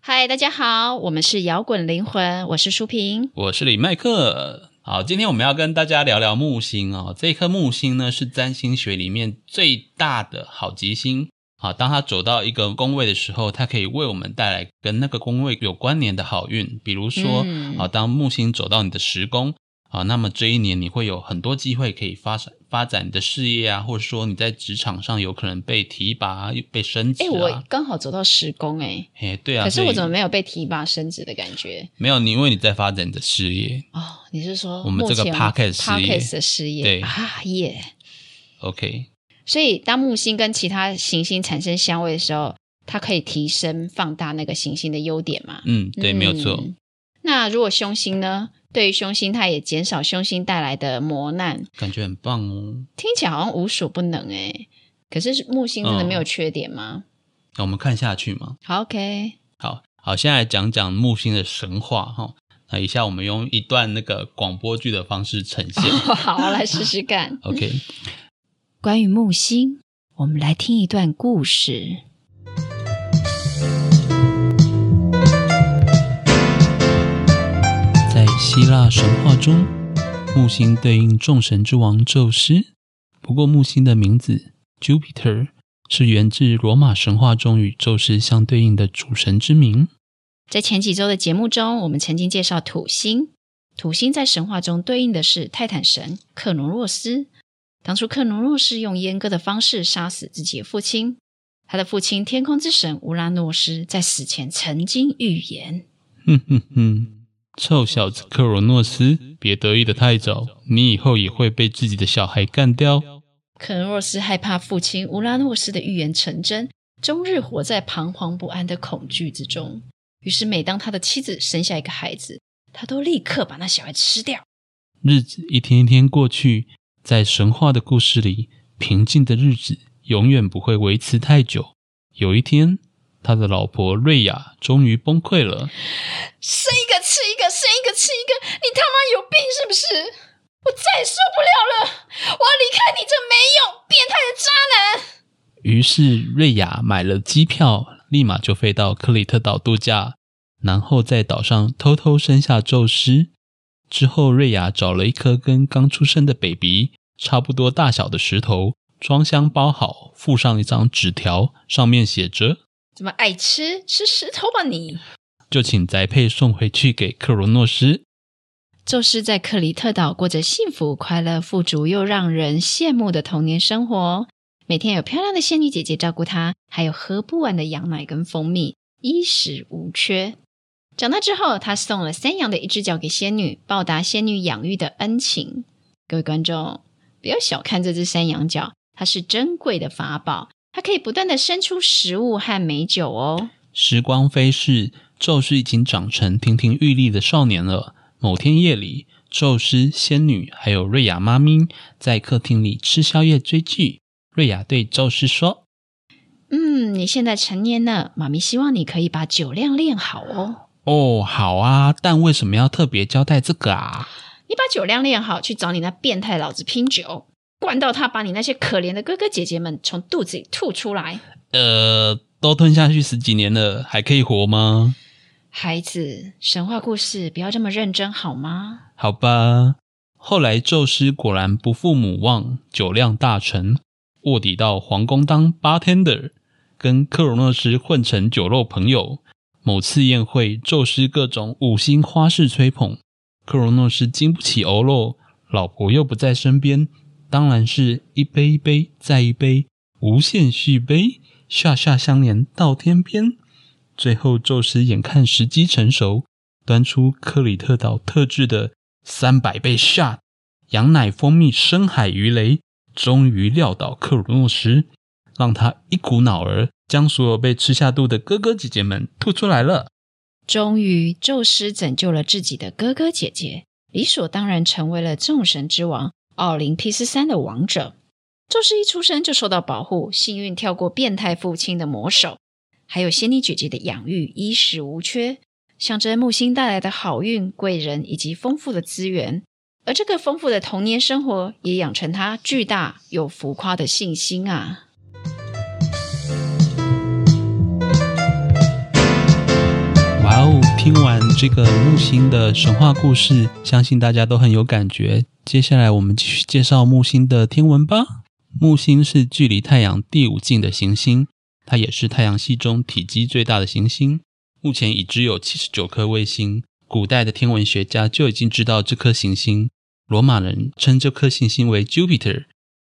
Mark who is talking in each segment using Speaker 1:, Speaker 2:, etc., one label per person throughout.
Speaker 1: 嗨，大家好，我们是摇滚灵魂，我是舒平。
Speaker 2: 我是李麦克。好，今天我们要跟大家聊聊木星哦。这一颗木星呢，是占星学里面最大的好吉星。好，当它走到一个宫位的时候，它可以为我们带来跟那个宫位有关联的好运。比如说，
Speaker 1: 嗯
Speaker 2: 好，当木星走到你的十宫，好，那么这一年你会有很多机会可以发展发展你的事业啊，或者说你在职场上有可能被提拔啊、被升职
Speaker 1: 哎、我
Speaker 2: 啊。
Speaker 1: 刚好走到十宫哎，
Speaker 2: 哎、对啊，
Speaker 1: 可是我
Speaker 2: 所以
Speaker 1: 怎么没有被提拔升职的感觉？
Speaker 2: 没有你？因为你在发展你的事业。
Speaker 1: 哦，你是说
Speaker 2: 我们这个
Speaker 1: 目前
Speaker 2: podcast 事业
Speaker 1: podcast 的事业
Speaker 2: 对
Speaker 1: 啊耶
Speaker 2: OK，
Speaker 1: 所以当木星跟其他行星产生相位的时候，它可以提升放大那个行星的优点嘛？
Speaker 2: 嗯，对，没有错。
Speaker 1: 嗯那如果凶星呢？对于凶星，它也减少凶星带来的磨难，
Speaker 2: 感觉很棒哦。
Speaker 1: 听起来好像无所不能诶、可是木星真的没
Speaker 2: 嗯
Speaker 1: 有缺点吗？
Speaker 2: 那我们看下去嘛。
Speaker 1: 好，OK，
Speaker 2: 好好，现在来讲讲木星的神话哈、那以下我们用一段那个广播剧的方式呈现。
Speaker 1: 好，来试试看。
Speaker 2: OK，
Speaker 1: 关于木星，我们来听一段故事。
Speaker 2: 在希腊神话中，木星对应众神之王宙斯。不过，木星的名字 Jupiter 是源自罗马神话中与宙斯相对应的主神之名。
Speaker 1: 在前几周的节目中，我们曾经介绍土星。土星在神话中对应的是泰坦神克罗诺斯。当初克罗诺斯用阉割的方式杀死自己的父亲，他的父亲天空之神乌拉诺斯在死前曾经预言，
Speaker 2: 哼哼哼，臭小子克罗诺斯，别得意的太早，你以后也会被自己的小孩干掉。
Speaker 1: 克罗诺斯害怕父亲乌拉诺斯的预言成真，终日活在彷徨不安的恐惧之中。于是，每当他的妻子生下一个孩子，他都立刻把那小孩吃掉。
Speaker 2: 日子一天一天过去，在神话的故事里，平静的日子永远不会维持太久。有一天，他的老婆瑞亚终于崩溃了。
Speaker 1: 生一个吃一个，生一个吃一个，你他妈有病是不是？我再也受不了了！我要离开你这没用、变态的渣男！
Speaker 2: 于是，瑞亚买了机票，立马就飞到克里特岛度假，然后在岛上偷偷生下宙斯。之后，瑞亚找了一颗跟刚出生的 baby 差不多大小的石头，装箱包好，附上一张纸条，上面写着。
Speaker 1: 怎么爱吃吃石头吧你！
Speaker 2: 就请宅配送回去给克罗诺斯。
Speaker 1: 宙斯在克里特岛过着幸福、快乐、富足又让人羡慕的童年生活，每天有漂亮的仙女姐姐照顾他，还有喝不完的羊奶跟蜂蜜，衣食无缺。长大之后，他送了山羊的一只脚给仙女，报答仙女养育的恩情。各位观众，不要小看这只山羊角，它是珍贵的法宝，它可以不断的生出食物和美酒哦。
Speaker 2: 时光飞逝，宙斯已经长成亭亭玉立的少年了。某天夜里，宙斯、仙女还有瑞亚妈咪在客厅里吃宵夜追剧。瑞亚对宙斯说
Speaker 1: 嗯，你现在成年了，妈咪希望你可以把酒量练好哦。：“
Speaker 2: 哦，好啊，但为什么要特别交代这个啊
Speaker 1: 你把酒量练好，去找你那变态老子拼酒，灌到他把你那些可怜的哥哥姐姐们从肚子里吐出来。？”
Speaker 2: 呃，都吞下去十几年了，还可以活吗？
Speaker 1: 孩子，神话故事不要这么认真好吗？
Speaker 2: 好吧。后来宙斯果然不负母望，酒量大成，卧底到皇宫当 bartender，跟克罗诺斯混成酒肉朋友。某次宴会，宙斯各种五星花式吹捧，克罗诺斯经不起欧肉，老婆又不在身边，当然是一杯一杯再一杯，无限续杯，下下相连到天边。最后，宙斯眼看时机成熟，端出克里特岛特制的三百倍 shot 羊奶蜂蜜深海鱼雷，终于撂倒克鲁诺斯，让他一股脑儿将所有被吃下肚的哥哥姐姐们吐出来了。
Speaker 1: 终于，宙斯拯救了自己的哥哥姐姐，理所当然成为了众神之王奥林匹斯山的王者。宙斯一出生就受到保护，幸运跳过变态父亲的魔手，还有仙女姐姐的养育，衣食无缺，象征木星带来的好运、贵人以及丰富的资源。而这个丰富的童年生活，也养成他巨大又浮夸的信心啊！
Speaker 2: 哇哦！听完这个木星的神话故事，相信大家都很有感觉。接下来我们继续介绍木星的天文吧。木星是距离太阳第五近的行星，它也是太阳系中体积最大的行星。目前已知有七十九颗卫星。古代的天文学家就已经知道这颗行星，罗马人称这颗行星为 Jupiter，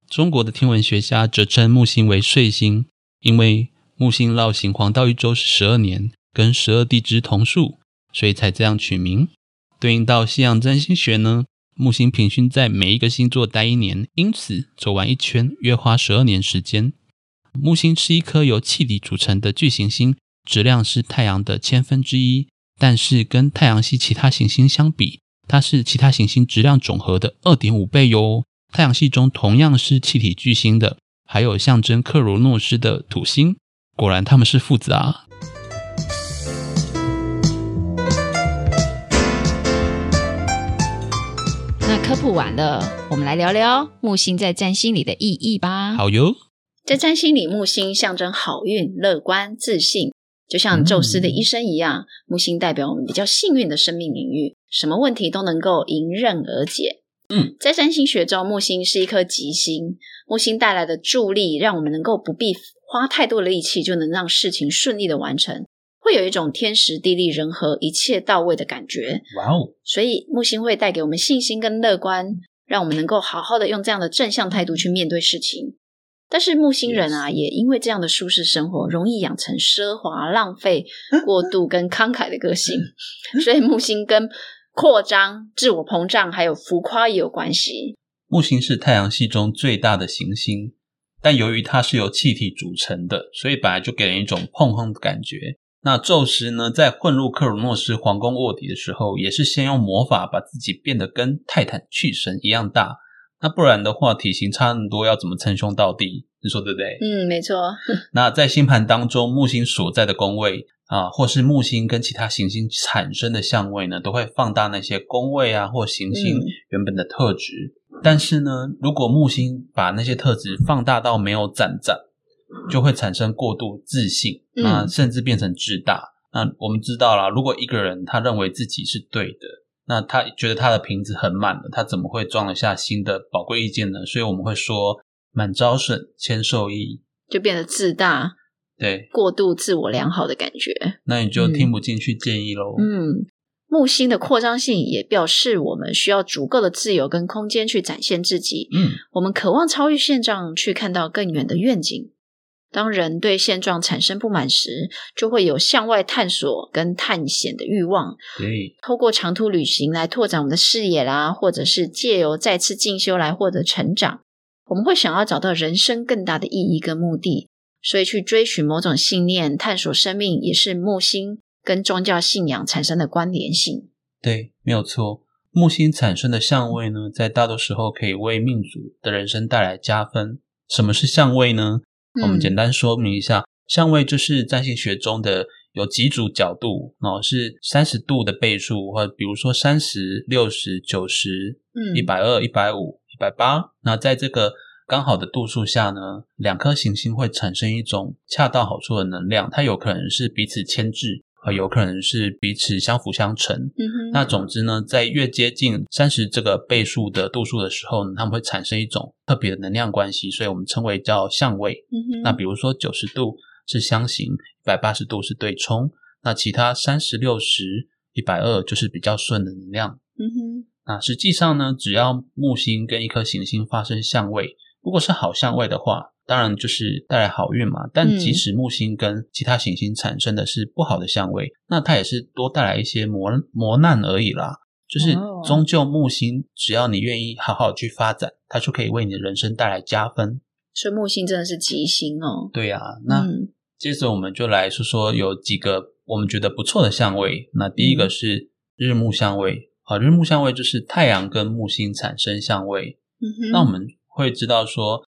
Speaker 2: 中国的天文学家则称木星为岁星，因为木星绕行黄道一周是十二年，跟十二地支同数，所以才这样取名。对应到西洋占星学呢，木星平均在每一个星座待一年，因此走完一圈约花十二年时间。木星是一颗由气体组成的巨行星，质量是太阳的千分之一，但是跟太阳系其他行星相比，它是其他行星质量总和的二点五倍哟。太阳系中同样是气体巨星的，还有象征克罗诺斯的土星。果然他们是父子啊！
Speaker 1: 那科普完了，我们来聊聊木星在占星里的意义吧。
Speaker 2: 好哟，
Speaker 1: 在占星里，木星象征好运、乐观、自信，就像宙斯的医生一样，木星代表我们比较幸运的生命领域，什么问题都能够迎刃而解。
Speaker 2: 嗯，
Speaker 1: 在占星学中，木星是一颗吉星，木星带来的助力让我们能够不必花太多的力气，就能让事情顺利的完成，会有一种天时地利人和一切到位的感觉。
Speaker 2: 哇哦，
Speaker 1: 所以木星会带给我们信心跟乐观，让我们能够好好的用这样的正向态度去面对事情。但是木星人啊也因为这样的舒适生活，容易养成奢华、浪费、过度跟慷慨的个性，所以木星跟扩张、自我膨胀还有浮夸也有关系。
Speaker 2: 木星是太阳系中最大的行星，但由于它是由气体组成的，所以本来就给人一种碰碰的感觉。那宙斯呢，在混入克鲁诺斯皇宫卧底的时候，也是先用魔法把自己变得跟泰坦巨神一样大。那不然的话，体型差那么多，要怎么称兄道弟？你说对不对？
Speaker 1: 嗯，没错。
Speaker 2: 那在星盘当中，木星所在的宫位啊，或是木星跟其他行星产生的相位呢，都会放大那些宫位啊或行星
Speaker 1: 嗯
Speaker 2: 原本的特质。但是呢，如果木星把那些特质放大到没有攒攒，就会产生过度自信，
Speaker 1: 嗯
Speaker 2: 那甚至变成自大。那我们知道啦，如果一个人他认为自己是对的，那他觉得他的瓶子很满了，他怎么会装得下新的宝贵意见呢？所以我们会说满招损，谦受益。
Speaker 1: 就变得自大、
Speaker 2: 对，
Speaker 1: 过度自我良好的感觉。
Speaker 2: 那你就听不进去建议喽。
Speaker 1: 嗯，木星的扩张性也表示我们需要足够的自由跟空间去展现自己，
Speaker 2: 嗯，
Speaker 1: 我们渴望超越现状，去看到更远的愿景。当人对现状产生不满时，就会有向外探索跟探险的欲望，
Speaker 2: 对，
Speaker 1: 透过长途旅行来拓展我们的视野啦，或者是借由再次进修来获得成长。我们会想要找到人生更大的意义跟目的，所以去追寻某种信念、探索生命，也是木星跟宗教信仰产生的关联性。
Speaker 2: 对，没有错。木星产生的相位呢，在大多时候可以为命主的人生带来加分。什么是相位呢？我们简
Speaker 1: 嗯、
Speaker 2: 单说明一下，相位就是占星学中的有几组角度哦，是三十度的倍数，或者比如说三十六十九十
Speaker 1: 嗯
Speaker 2: 一百二、一百五、一百八。那在这个刚好的度数下呢，两颗行星会产生一种恰到好处的能量，它有可能是彼此牵制，呃，有可能是彼此相辅相成。
Speaker 1: 嗯哼
Speaker 2: 那总之呢，在越接近三十这个倍数的度数的时候呢，它们会产生一种特别的能量关系，所以我们称为叫相位。
Speaker 1: 嗯哼
Speaker 2: 那比如说九十度是相形，一百八十度是对冲，那其他三十六十、一百二就是比较顺的能量。
Speaker 1: 嗯哼
Speaker 2: 那实际上呢，只要木星跟一颗行星发生相位，如果是好相位的话，当然就是带来好运嘛。但
Speaker 1: 嗯
Speaker 2: 即使木星跟其他行星产生的是不好的相位，那它也是多带来一些磨磨难而已啦。就是
Speaker 1: 哦
Speaker 2: 终究木星，只要你愿意好好去发展，它就可以为你的人生带来加分。
Speaker 1: 所以木星真的是吉星哦。
Speaker 2: 对啊，那
Speaker 1: 嗯
Speaker 2: 接着我们就来说说有几个我们觉得不错的相位。那第一个是日木相位啊，日木相位就是太阳跟木星产生相位。
Speaker 1: 嗯哼
Speaker 2: 那我们会知道说，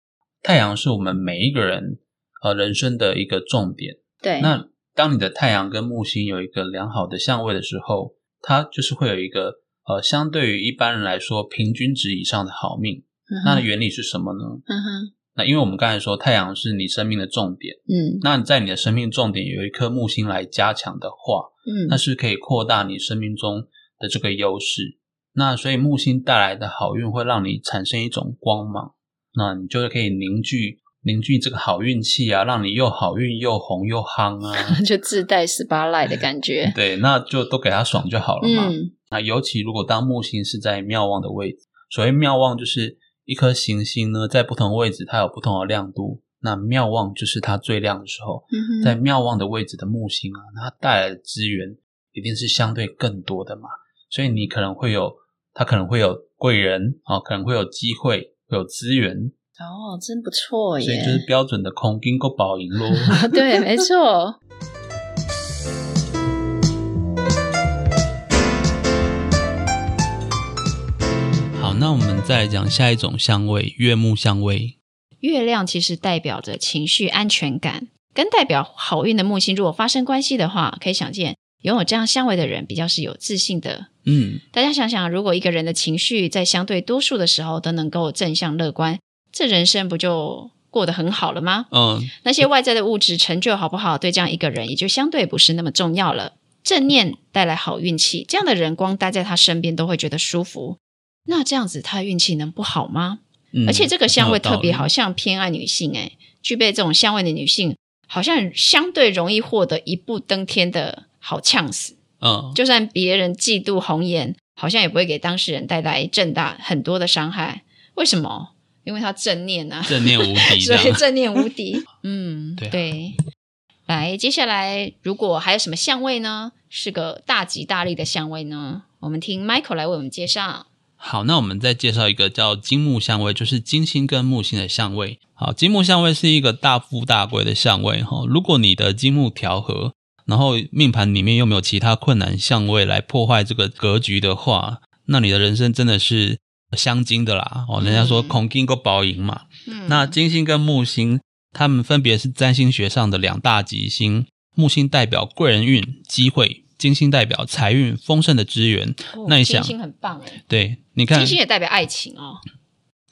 Speaker 2: 太阳是我们每一个人呃人生的一个重点。
Speaker 1: 对，
Speaker 2: 那当你的太阳跟木星有一个良好的相位的时候，它就是会有一个呃相对于一般人来说平均值以上的好命。
Speaker 1: 嗯哼
Speaker 2: 那原理是什么呢？
Speaker 1: 嗯哼
Speaker 2: 那因为我们刚才说太阳是你生命的重点，
Speaker 1: 嗯
Speaker 2: 那在你的生命重点有一颗木星来加强的话，
Speaker 1: 嗯。
Speaker 2: 那是可以扩大你生命中的这个优势。那所以木星带来的好运会让你产生一种光芒，那你就是可以凝聚凝聚这个好运气啊，让你又好运又红又夯 啊
Speaker 1: 就自带十八赖的感觉，
Speaker 2: 对，那就都给他爽就好了嘛。
Speaker 1: 嗯
Speaker 2: 那尤其如果当木星是在妙望的位置，所谓妙望就是一颗行星呢，在不同位置它有不同的亮度。那妙望就是它最亮的时候，
Speaker 1: 嗯哼
Speaker 2: 在妙望的位置的木星啊，它带来的资源一定是相对更多的嘛，所以你可能会有，它可能会有贵人啊、哦，可能会有机会，会有资源，
Speaker 1: 哦，真不错
Speaker 2: 所以
Speaker 1: 耶，
Speaker 2: 就是标准的空金够宝赢 喽。
Speaker 1: 啊，对，没错。
Speaker 2: 好，那我们再来讲下一种相位，月木相位。
Speaker 1: 月亮其实代表着情绪安全感，跟代表好运的木星如果发生关系的话，可以想见，拥有这样相位的人比较是有自信的。
Speaker 2: 嗯，
Speaker 1: 大家想想，如果一个人的情绪在相对多数的时候都能够正向乐观，这人生不就过得很好了吗？
Speaker 2: 嗯，
Speaker 1: 那些外在的物质成就好不好，对这样一个人也就相对不是那么重要了。正念带来好运气，这样的人光待在他身边都会觉得舒服。那这样子，他运气能不好吗？
Speaker 2: 嗯
Speaker 1: 而且这个相位特别好
Speaker 2: 有道理
Speaker 1: 像偏爱女性、欸，具备这种相位的女性，好像相对容易获得一步登天的好呛死。
Speaker 2: 嗯，
Speaker 1: 就算别人嫉妒红颜，好像也不会给当事人带来正大很多的伤害。为什么？因为他正念啊，
Speaker 2: 正念无敌这
Speaker 1: 所以
Speaker 2: 样。
Speaker 1: 正念无 敌。嗯，
Speaker 2: 对啊
Speaker 1: 来，接下来如果还有什么相位呢？是个大吉大利的相位呢？我们听 Michael 来为我们介绍。
Speaker 2: 好，那我们再介绍一个叫金木相位，就是金星跟木星的相位。好，金木相位是一个大富大贵的相位哈、如果你的金木调和，然后命盘里面又没有其他困难相位来破坏这个格局的话，那你的人生真的是镶金的啦。哦，人家说
Speaker 1: 嗯
Speaker 2: 孔金够宝银嘛。
Speaker 1: 嗯，
Speaker 2: 那金星跟木星，它们分别是占星学上的两大吉星。木星代表贵人运、机会，金星代表财运、丰盛的资源。
Speaker 1: 哦
Speaker 2: 那你想
Speaker 1: 金星很棒哎，
Speaker 2: 对，你看
Speaker 1: 金，星也代表爱情哦。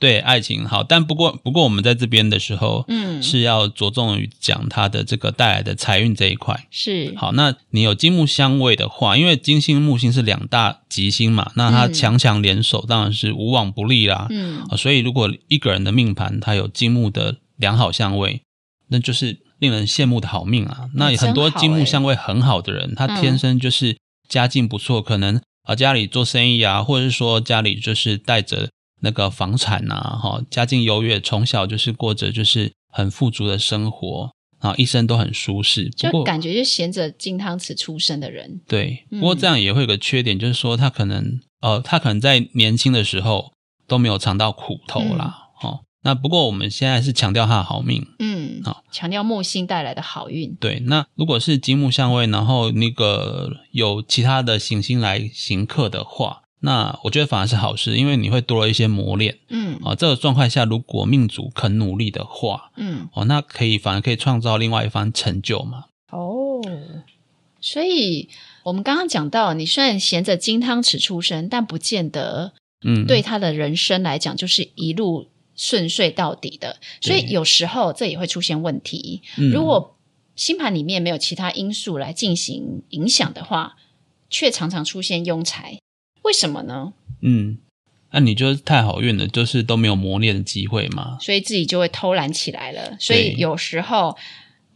Speaker 2: 对爱情好，但不过不过我们在这边的时候、
Speaker 1: 嗯，
Speaker 2: 是要着重于讲它的这个带来的财运这一块。
Speaker 1: 是，
Speaker 2: 好，那你有金木相位的话，因为金星、木星是两大吉星嘛，那它
Speaker 1: 嗯
Speaker 2: 强强联手，当然是无往不利啦。
Speaker 1: 嗯
Speaker 2: 啊，所以如果一个人的命盘他有金木的良好相位，那就是令人羡慕的好命啊。那
Speaker 1: 嗯
Speaker 2: 很多
Speaker 1: 真好
Speaker 2: 金
Speaker 1: 欸
Speaker 2: 木相位很好的人，他天
Speaker 1: 嗯
Speaker 2: 生就是家境不错，可能啊家里做生意啊，或者是说家里就是带着那个房产啊，哈、家境优越，从小就是过着就是很富足的生活啊，一生都很舒适。不
Speaker 1: 就
Speaker 2: 过
Speaker 1: 感觉就衔着金汤匙出生的人，
Speaker 2: 对，不过
Speaker 1: 嗯
Speaker 2: 这样也会有个缺点，就是说他可能呃，他可能在年轻的时候都没有尝到苦头啦。哦，那不过我们现在是强调他的好命。
Speaker 1: 嗯
Speaker 2: 好，
Speaker 1: 强调木星带来的好运，
Speaker 2: 对，那如果是金木相位，然后那个有其他的行星来行克的话，那我觉得反而是好事，因为你会多了一些磨练
Speaker 1: 嗯
Speaker 2: 啊、这个状况下，如果命主肯努力的话，
Speaker 1: 嗯，
Speaker 2: 哦，那可以反而可以创造另外一番成就嘛。
Speaker 1: 哦，所以我们刚刚讲到，你虽然衔着金汤匙出生，但不见得
Speaker 2: 嗯，
Speaker 1: 对他的人生来讲就是一路顺遂到底的，所
Speaker 2: 对
Speaker 1: 以有时候这也会出现问题。
Speaker 2: 嗯，
Speaker 1: 如果星盘里面没有其他因素来进行影响的话，却常常出现庸才，为什么呢？
Speaker 2: 嗯，那你就是太好运了，就是都没有磨练的机会嘛。
Speaker 1: 所以自己就会偷懒起来了。所以有时候，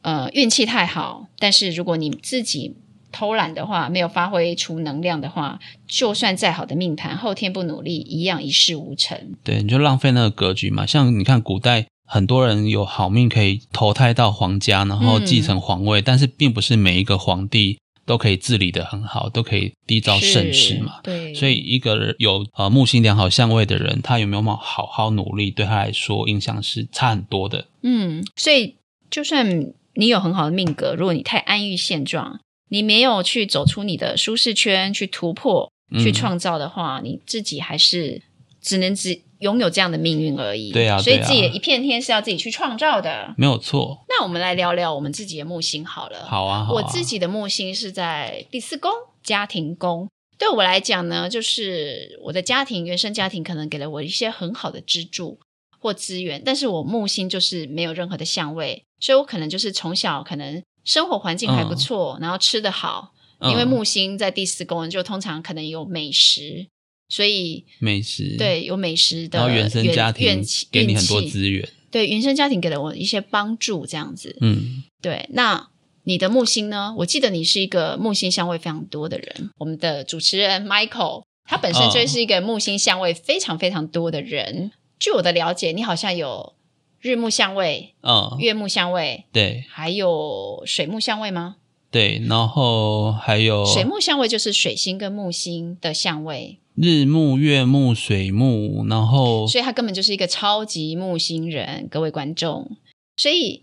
Speaker 1: 呃，运气太好，但是如果你自己偷懒的话，没有发挥出能量的话，就算再好的命盘，后天不努力，一样一事无成。
Speaker 2: 对，你就浪费那个格局嘛。像你看古代很多人有好命可以投胎到皇家，然后
Speaker 1: 嗯
Speaker 2: 继承皇位，但是并不是每一个皇帝都可以治理的很好，都可以缔造盛世嘛。
Speaker 1: 对，
Speaker 2: 所以一个人有呃木星良好相位的人，他有没有好好努力，对他来说影响是差很多的。
Speaker 1: 嗯，所以就算你有很好的命格，如果你太安于现状，你没有去走出你的舒适圈，去突破、
Speaker 2: 嗯
Speaker 1: 去创造的话，你自己还是只能只拥有这样的命运而已。
Speaker 2: 对啊
Speaker 1: 所以
Speaker 2: 对啊
Speaker 1: 自己的一片天是要自己去创造的。
Speaker 2: 没有错。
Speaker 1: 那我们来聊聊我们自己的木星好了。
Speaker 2: 好啊，好啊
Speaker 1: 我自己的木星是在第四宫，家庭宫。对我来讲呢，就是我的家庭原生家庭可能给了我一些很好的支柱或资源，但是我木星就是没有任何的相位，所以我可能就是从小可能生活环境还不错，然后吃得好，因为
Speaker 2: 嗯
Speaker 1: 木星在第四宫就通常可能有美食，所以
Speaker 2: 美食，
Speaker 1: 对有美食的
Speaker 2: 嗯然后原生家庭
Speaker 1: 怨气
Speaker 2: 给你很多
Speaker 1: 运气
Speaker 2: 资源，
Speaker 1: 对原生家庭给了我一些帮助，这样子。
Speaker 2: 嗯，
Speaker 1: 对，那你的木星呢？我记得你是一个木星相位非常多的人。我们的主持人 Michael，他本身
Speaker 2: 哦
Speaker 1: 就是一个木星相位非常非常多的人。据我的了解，你好像有日木相位、
Speaker 2: 嗯，
Speaker 1: 月木相位，
Speaker 2: 对
Speaker 1: 还有水木相位吗？
Speaker 2: 对，然后还有
Speaker 1: 水木相位就是水星跟木星的相位，
Speaker 2: 日木、月木、水木，然后
Speaker 1: 所以他根本就是一个超级木星人，各位观众。所以，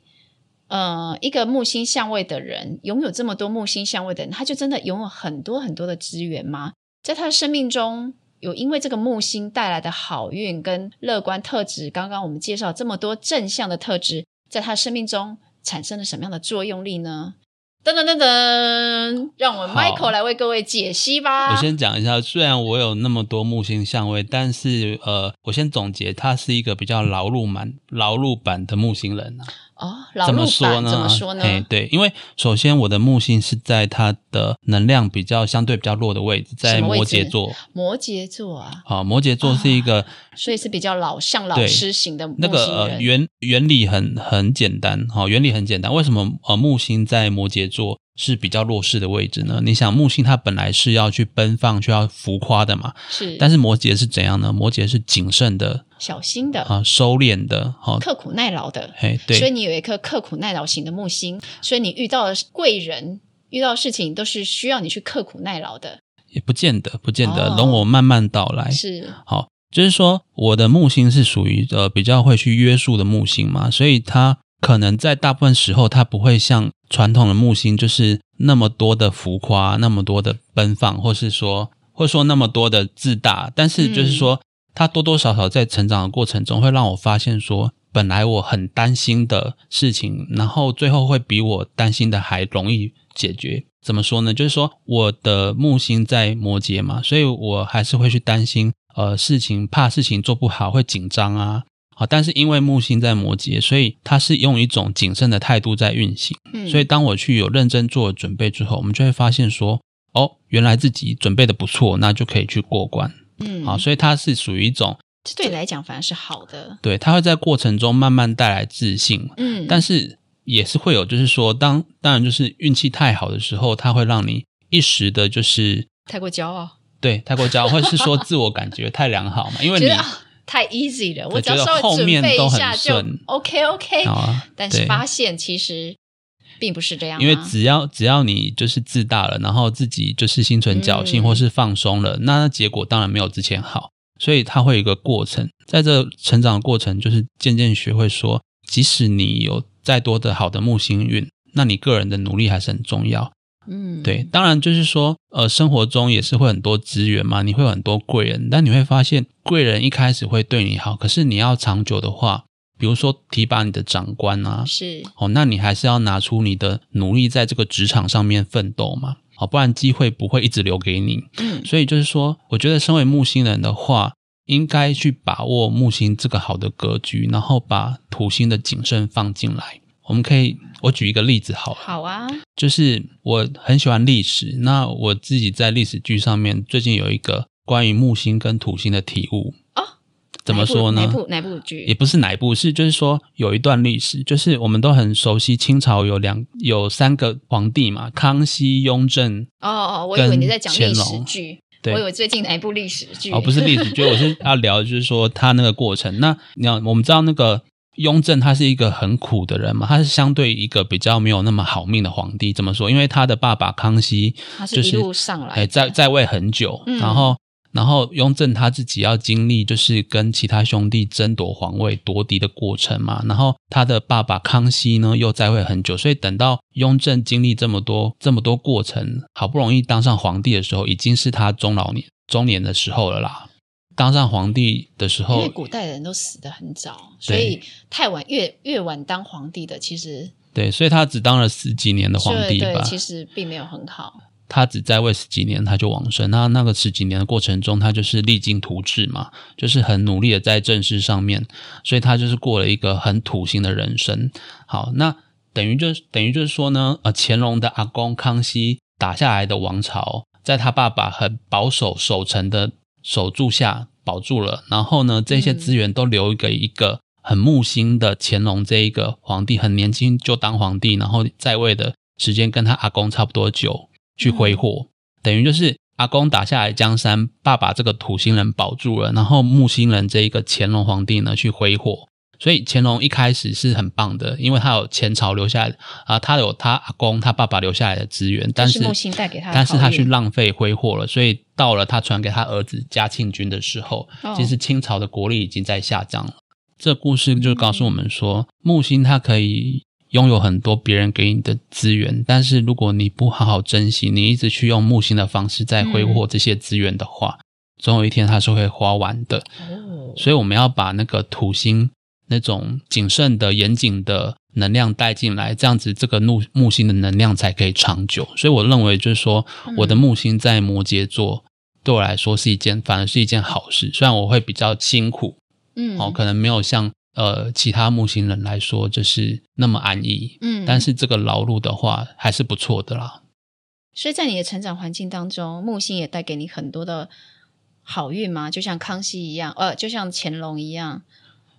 Speaker 1: 呃，一个木星相位的人，拥有这么多木星相位的人，他就真的拥有很多很多的资源吗？在他的生命中，有因为这个木星带来的好运跟乐观特质，刚刚我们介绍这么多正向的特质，在他生命中产生了什么样的作用力呢？噔噔噔噔，让我们
Speaker 2: 好
Speaker 1: Michael 来为各位解析
Speaker 2: 我
Speaker 1: 吧。
Speaker 2: 先讲一下，虽然我有那么多木星相位，但是呃，我先总结，他是一个比较劳碌蛮劳碌版的木星人啊。
Speaker 1: 哦，老
Speaker 2: 怎
Speaker 1: 陆
Speaker 2: 么
Speaker 1: 版
Speaker 2: 说呢？
Speaker 1: 怎么说呢？
Speaker 2: 嘿对，因为首先我的木星是在它的能量比较相对比较弱的位置，在
Speaker 1: 什么位置
Speaker 2: 摩羯座。
Speaker 1: 摩羯座啊，
Speaker 2: 好、摩羯座是一个、
Speaker 1: 所以是比较老像老
Speaker 2: 对
Speaker 1: 师型的木
Speaker 2: 那
Speaker 1: 星
Speaker 2: 个
Speaker 1: 人。
Speaker 2: 呃原原理很很简单，好、原理很简单。为什么呃木星在摩羯座是比较弱势的位置呢？你想木星它本来是要去奔放、去要浮夸的嘛，
Speaker 1: 是，
Speaker 2: 但
Speaker 1: 是
Speaker 2: 是摩羯是怎样呢？摩羯是谨慎的
Speaker 1: 小心的、
Speaker 2: 啊、收敛的，好、
Speaker 1: 刻苦耐劳的。
Speaker 2: 嘿，
Speaker 1: 所以
Speaker 2: 对，
Speaker 1: 你有一颗刻苦耐劳型的木星，所以你遇到的贵人、遇到的事情都是需要你去刻苦耐劳的。
Speaker 2: 也不见得，不见得，
Speaker 1: 哦
Speaker 2: 容我慢慢道来。
Speaker 1: 是
Speaker 2: 好，就是说我的木星是属于呃比较会去约束的木星嘛，所以它可能在大部分时候它不会像传统的木星就是那么多的浮夸、那么多的奔放，或是说或说那么多的自大，但是就是说、它多多少少在成长的过程中会让我发现说。本来我很担心的事情，然后最后会比我担心的还容易解决。怎么说呢？就是说我的木星在摩羯嘛，所以我还是会去担心呃事情，怕事情做不好会紧张啊。好，但是因为木星在摩羯，所以它是用一种谨慎的态度在运行。
Speaker 1: 嗯，
Speaker 2: 所以当我去有认真做准备之后，我们就会发现说，哦，原来自己准备的不错，那就可以去过关。
Speaker 1: 嗯，
Speaker 2: 好，所以它是属于一种
Speaker 1: 这对你来讲反而是好的。
Speaker 2: 对，它会在过程中慢慢带来自信，
Speaker 1: 嗯，
Speaker 2: 但是也是会有，就是说，当当然就是运气太好的时候，它会让你一时的就是
Speaker 1: 太过骄傲，
Speaker 2: 对太过骄傲，或是说自我感觉太良好嘛，因为
Speaker 1: 觉
Speaker 2: 你
Speaker 1: 得啊太 easy 了，
Speaker 2: 对
Speaker 1: 我只要
Speaker 2: 觉得
Speaker 1: 稍微
Speaker 2: 后
Speaker 1: 准
Speaker 2: 面
Speaker 1: 备一
Speaker 2: 都很
Speaker 1: 下就
Speaker 2: 顺
Speaker 1: OK OK。
Speaker 2: 啊，
Speaker 1: 但是
Speaker 2: 对
Speaker 1: 发现其实并不是这样啊、
Speaker 2: 因为只要只要你就是自大了，然后自己就是心存侥幸
Speaker 1: 嗯
Speaker 2: 或是放松了，那结果当然没有之前好。所以它会有一个过程，在这成长的过程，就是渐渐学会说，即使你有再多的好的木星运，那你个人的努力还是很重要。
Speaker 1: 嗯，
Speaker 2: 对，当然就是说，呃，生活中也是会很多资源嘛，你会有很多贵人，但你会发现贵人一开始会对你好，可是你要长久的话，比如说提拔你的长官啊，
Speaker 1: 是
Speaker 2: 哦，那你还是要拿出你的努力，在这个职场上面奋斗嘛，好，不然机会不会一直留给你。
Speaker 1: 嗯
Speaker 2: 所以就是说，我觉得身为木星人的话，应该去把握木星这个好的格局，然后把土星的谨慎放进来。我们可以，我举一个例子好了。
Speaker 1: 好啊，
Speaker 2: 就是我很喜欢历史，那我自己在历史剧上面最近有一个关于木星跟土星的体悟
Speaker 1: 哦，
Speaker 2: 怎么说呢
Speaker 1: 哪一？部哪一部哪一部剧？
Speaker 2: 也不是哪一部，是就是说有一段历史，就是我们都很熟悉，清朝有两有三个皇帝嘛，康熙、雍正，
Speaker 1: 哦哦，我以为
Speaker 2: 跟
Speaker 1: 你在讲历
Speaker 2: 乾
Speaker 1: 史
Speaker 2: 隆
Speaker 1: 剧，
Speaker 2: 对
Speaker 1: 我以为最近哪一部历史剧？
Speaker 2: 哦，不是历史剧，我是要聊，就是说他那个过程。那你要我们知道那个雍正，他是一个很苦的人嘛，他是相对一个比较没有那么好命的皇帝。怎么说？因为他的爸爸康熙
Speaker 1: 它是
Speaker 2: 就
Speaker 1: 一
Speaker 2: 是
Speaker 1: 路上来的，
Speaker 2: 哎，在在位很久，
Speaker 1: 嗯
Speaker 2: 然后然后雍正他自己要经历就是跟其他兄弟争夺皇位、夺嫡的过程嘛。然后他的爸爸康熙呢又在位很久，所以等到雍正经历这么多这么多过程，好不容易当上皇帝的时候，已经是他中老年中年的时候了啦。当上皇帝的时
Speaker 1: 因为
Speaker 2: 候，
Speaker 1: 古代人都死得很早，所
Speaker 2: 哦对
Speaker 1: 以太晚越越晚当皇帝的，其实
Speaker 2: 对，所以他只当了十几年的皇帝
Speaker 1: 对
Speaker 2: 吧
Speaker 1: 对，。其实并没有很好。
Speaker 2: 他只在位十几年，他就往生。那那个十几年的过程中，他就是励精图治嘛，就是很努力的在政事上面，所以他就是过了一个很土星的人生。好，那等于就是等于就是说呢，呃，乾隆的阿公康熙打下来的王朝，在他爸爸很保守守城的守住下保住了，然后呢，这些
Speaker 1: 嗯
Speaker 2: 资源都留给一个很木星的乾隆这一个皇帝，很年轻就当皇帝，然后在位的时间跟他阿公差不多久，去
Speaker 1: 嗯
Speaker 2: 挥霍，等于就是阿公打下来江山，爸爸这个土星人保住了，然后木星人这一个乾隆皇帝呢去挥霍。所以乾隆一开始是很棒的，因为他有前朝留下来的啊，他有他阿公、他爸爸留下来的资源，但
Speaker 1: 这是
Speaker 2: 是
Speaker 1: 木星带给他的
Speaker 2: 但是他
Speaker 1: 考
Speaker 2: 去
Speaker 1: 验
Speaker 2: 浪费挥霍了，所以到了他传给他儿子嘉庆君的时候，
Speaker 1: 哦
Speaker 2: 其实清朝的国力已经在下降了。这故事就告
Speaker 1: 嗯
Speaker 2: 诉我们说，木星它可以拥有很多别人给你的资源，但是如果你不好好珍惜，你一直去用木星的方式在挥
Speaker 1: 嗯
Speaker 2: 霍这些资源的话，总有一天它是会花完的。
Speaker 1: 哦，
Speaker 2: 所以我们要把那个土星那种谨慎的、严谨的能量带进来，这样子这个木木星的能量才可以长久。所以我认为就是说，
Speaker 1: 嗯
Speaker 2: 我的木星在摩羯座。对我来说是一件，反而是一件好事。虽然我会比较辛苦，
Speaker 1: 嗯，
Speaker 2: 哦，可能没有像呃其他木星人来说就是那么安逸，
Speaker 1: 嗯，
Speaker 2: 但是这个劳碌的话还是不错的啦。
Speaker 1: 所以在你的成长环境当中，木星也带给你很多的好运吗？就像康熙一样，呃，就像乾隆一样，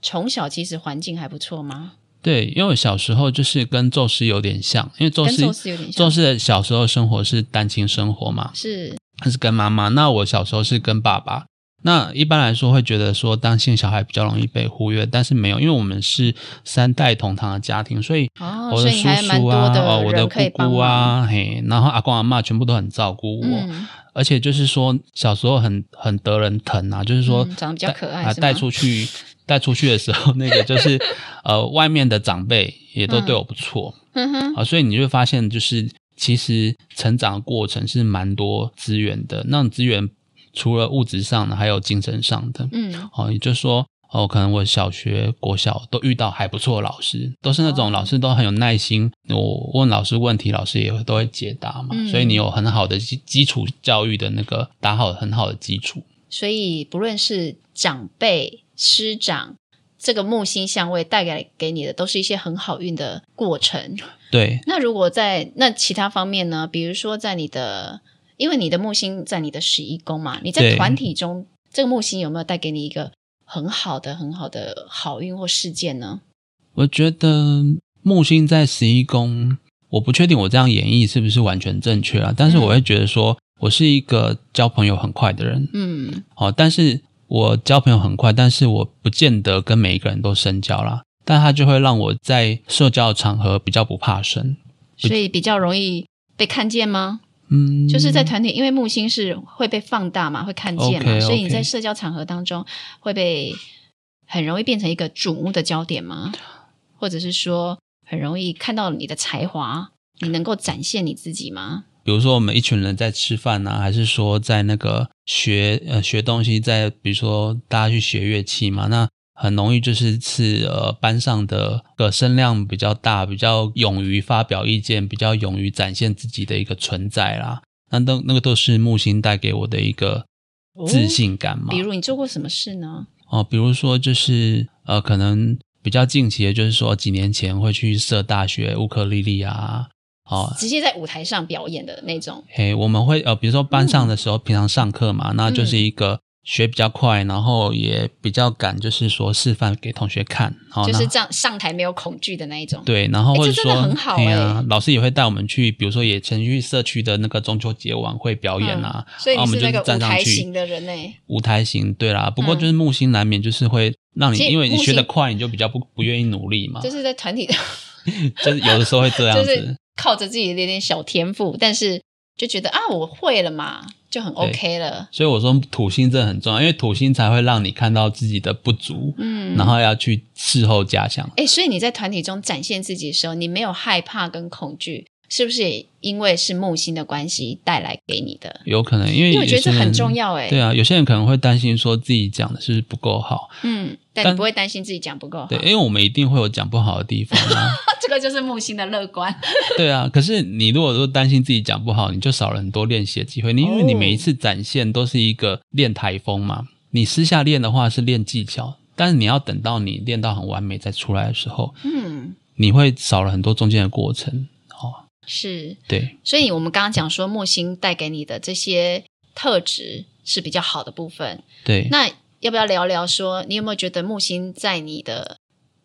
Speaker 1: 从小其实环境还不错吗？
Speaker 2: 对，因为我小时候就是跟宙斯有点像，因为宙
Speaker 1: 跟宙
Speaker 2: 斯
Speaker 1: 斯有点像，
Speaker 2: 宙斯的小时候生活是单亲生活嘛，
Speaker 1: 是
Speaker 2: 他是跟妈妈，那我小时候是跟爸爸。那一般来说会觉得说当性小孩比较容易被忽略，但是没有，因为我们是三代同堂的家庭，所以
Speaker 1: 哦，
Speaker 2: 我
Speaker 1: 所
Speaker 2: 的
Speaker 1: 以你
Speaker 2: 叔
Speaker 1: 还蛮
Speaker 2: 叔
Speaker 1: 多
Speaker 2: 啊，哦，我的
Speaker 1: 人可以
Speaker 2: 姑
Speaker 1: 帮
Speaker 2: 姑
Speaker 1: 忙。
Speaker 2: 啊，嘿，然后阿公阿嬷全部都很照顾我，
Speaker 1: 嗯，
Speaker 2: 而且就是说，小时候很很得人疼啊，就是说、
Speaker 1: 嗯长得比较可爱
Speaker 2: 带啊，
Speaker 1: 是吗
Speaker 2: 带出去带出去的时候，那 个就是呃，外面的长辈也
Speaker 1: 嗯
Speaker 2: 都对我不错、
Speaker 1: 哼嗯哼，
Speaker 2: 啊，所以你就会发现，就是其实成长的过程是蛮多资源的，那种资源除了物质上的，还有精神上的。
Speaker 1: 嗯，
Speaker 2: 哦，也就是说，哦，可能我小学、国小都遇到还不错的老师，都是那
Speaker 1: 哦
Speaker 2: 种老师都很有耐心。我问老师问题，老师也会都会解答嘛，
Speaker 1: 嗯
Speaker 2: 所以你有很好的基基础教育的那个打好很好的基础。
Speaker 1: 所以不论是长辈、师长，这个木星相位带给给你的，都是一些很好运的过程。
Speaker 2: 对，
Speaker 1: 那如果在那其他方面呢？比如说在你的，因为你的木星在你的十一宫嘛，你在
Speaker 2: 对
Speaker 1: 团体中，这个木星有没有带给你一个很好的、很好的好运或事件呢？
Speaker 2: 我觉得木星在十一宫，我不确定我这样演绎是不是完全正确啊，但是
Speaker 1: 嗯
Speaker 2: 我会觉得说，我是一个交朋友很快的人，
Speaker 1: 嗯，
Speaker 2: 哦，但是我交朋友很快，但是我不见得跟每一个人都深交啦。但他就会让我在社交场合比较不怕生，
Speaker 1: 所以比较容易被看见吗？
Speaker 2: 嗯，
Speaker 1: 就是在团体，因为木星是会被放大嘛，会看见嘛
Speaker 2: OK，OK
Speaker 1: 所以你在社交场合当中会被很容易变成一个瞩目的焦点吗？或者是说很容易看到你的才华，你能够展现你自己吗？
Speaker 2: 比如说我们一群人在吃饭呐、还是说在那个学呃学东西在，比如说大家去学乐器嘛，那很容易就是是呃班上的个声量比较大，比较勇于发表意见，比较勇于展现自己的一个存在啦。那那那个都是木星带给我的一个自信感嘛。
Speaker 1: 哦比如你做过什么事呢？
Speaker 2: 哦，比如说就是呃，可能比较近期的，就是说几年前会去社大学乌克丽丽啊，哦，
Speaker 1: 直接在舞台上表演的那种，
Speaker 2: 嘿，我们会呃，比如说班
Speaker 1: 嗯
Speaker 2: 上的时候，平常上课嘛，那就是一个学比较快，然后也比较敢，就是说示范给同学看，哦，
Speaker 1: 就是
Speaker 2: 那
Speaker 1: 这样上台没有恐惧的那一种。，
Speaker 2: 对，然后
Speaker 1: 诶
Speaker 2: 或者
Speaker 1: 这真
Speaker 2: 说，
Speaker 1: 的很好
Speaker 2: 嘿呀、
Speaker 1: 诶
Speaker 2: 老师也会带我们去，比如说也曾去社区的那个中秋节晚会表演啊，
Speaker 1: 嗯所以
Speaker 2: 啊我
Speaker 1: 你
Speaker 2: 们
Speaker 1: 是
Speaker 2: 就
Speaker 1: 那
Speaker 2: 是
Speaker 1: 个
Speaker 2: 站
Speaker 1: 舞
Speaker 2: 上
Speaker 1: 台
Speaker 2: 去
Speaker 1: 型的人呢、
Speaker 2: 舞台型，对啦。不过
Speaker 1: 嗯
Speaker 2: 就是木星难免就是会让你，
Speaker 1: 其实
Speaker 2: 因为你
Speaker 1: 木
Speaker 2: 学得
Speaker 1: 星
Speaker 2: 快，你就比较不不愿意努力嘛，
Speaker 1: 就是在团体，
Speaker 2: 就是有的时候啊会这 样
Speaker 1: 就
Speaker 2: 子。
Speaker 1: 是靠着自己的一点小天赋，但是就觉得啊，我会了嘛，就很 OK 了。
Speaker 2: 所以我说土星真的很重要，因为土星才会让你看到自己的不足，
Speaker 1: 嗯，
Speaker 2: 然后要去事后加强。
Speaker 1: 哎，所以你在团体中展现自己的时候，你没有害怕跟恐惧，是不是也因为是木星的关系带来给你的？
Speaker 2: 有可能因为
Speaker 1: 因为我觉得
Speaker 2: 有
Speaker 1: 这
Speaker 2: 些人
Speaker 1: 很重。要哎、
Speaker 2: 对啊，有些人可能会担心说自己讲的是不是不够好，
Speaker 1: 嗯，但
Speaker 2: 但
Speaker 1: 你不会担心自己讲不够好，
Speaker 2: 对，因为我们一定会有讲不好的地方啊，
Speaker 1: 这个就是木星的乐观。
Speaker 2: 对啊。可是你如果说担心自己讲不好，你就少了很多练习的机会。你因为你
Speaker 1: 哦
Speaker 2: 每一次展现都是一个练台风嘛，你私下练的话是练技巧，但是你要等到你练到很完美再出来的时候，
Speaker 1: 嗯，
Speaker 2: 你会少了很多中间的过程。哦，
Speaker 1: 是。
Speaker 2: 对，
Speaker 1: 所以我们刚刚讲说木星带给你的这些特质是比较好的部分。
Speaker 2: 对，
Speaker 1: 那要不要聊聊说，你有没有觉得木星在你的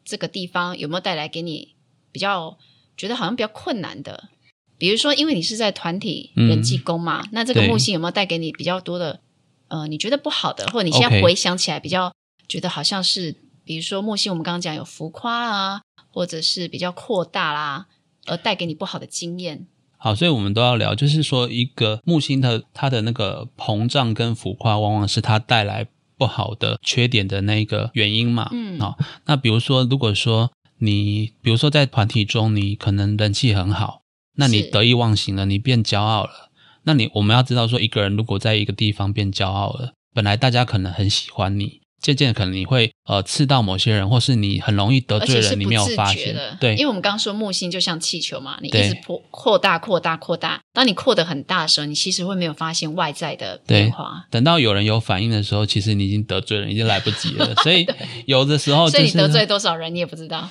Speaker 1: 这个地方有没有带来给你比较觉得好像比较困难的？比如说，因为你是在团体
Speaker 2: 嗯
Speaker 1: 人际宫嘛，那这个
Speaker 2: 对
Speaker 1: 木星有没有带给你比较多的呃，你觉得不好的，或者你现在
Speaker 2: OK
Speaker 1: 回想起来比较觉得好像是，比如说木星我们刚刚讲有浮夸啊，或者是比较扩大啦，而带给你不好的经验。
Speaker 2: 好，所以我们都要聊，就是说一个木星的它的那个膨胀跟浮夸，往往是它带来不好的缺点的那个原因嘛。
Speaker 1: 嗯
Speaker 2: 好、那比如说，如果说你，比如说在团体中，你可能人气很好，那你
Speaker 1: 是
Speaker 2: 得意忘形了，你变骄傲了。那你我们要知道说，一个人如果在一个地方变骄傲了，本来大家可能很喜欢你，渐渐可能你会呃刺到某些人，或是你很容易得
Speaker 1: 而
Speaker 2: 罪
Speaker 1: 且是
Speaker 2: 哦人，你
Speaker 1: 不
Speaker 2: 没有
Speaker 1: 自
Speaker 2: 发
Speaker 1: 觉
Speaker 2: 现
Speaker 1: 的，。
Speaker 2: 对，
Speaker 1: 因为我们刚刚说木星就像气球嘛，你一
Speaker 2: 对
Speaker 1: 直扩扩大、扩大、扩大，当你扩得很大的时候，你其实会没有发现外在的变化，
Speaker 2: 等到有人有反应的时候，其实你已经得罪人，已经来不及 了。所以有的时候
Speaker 1: 所
Speaker 2: 哦就
Speaker 1: 以你
Speaker 2: 是
Speaker 1: 得罪多少人你也不知道，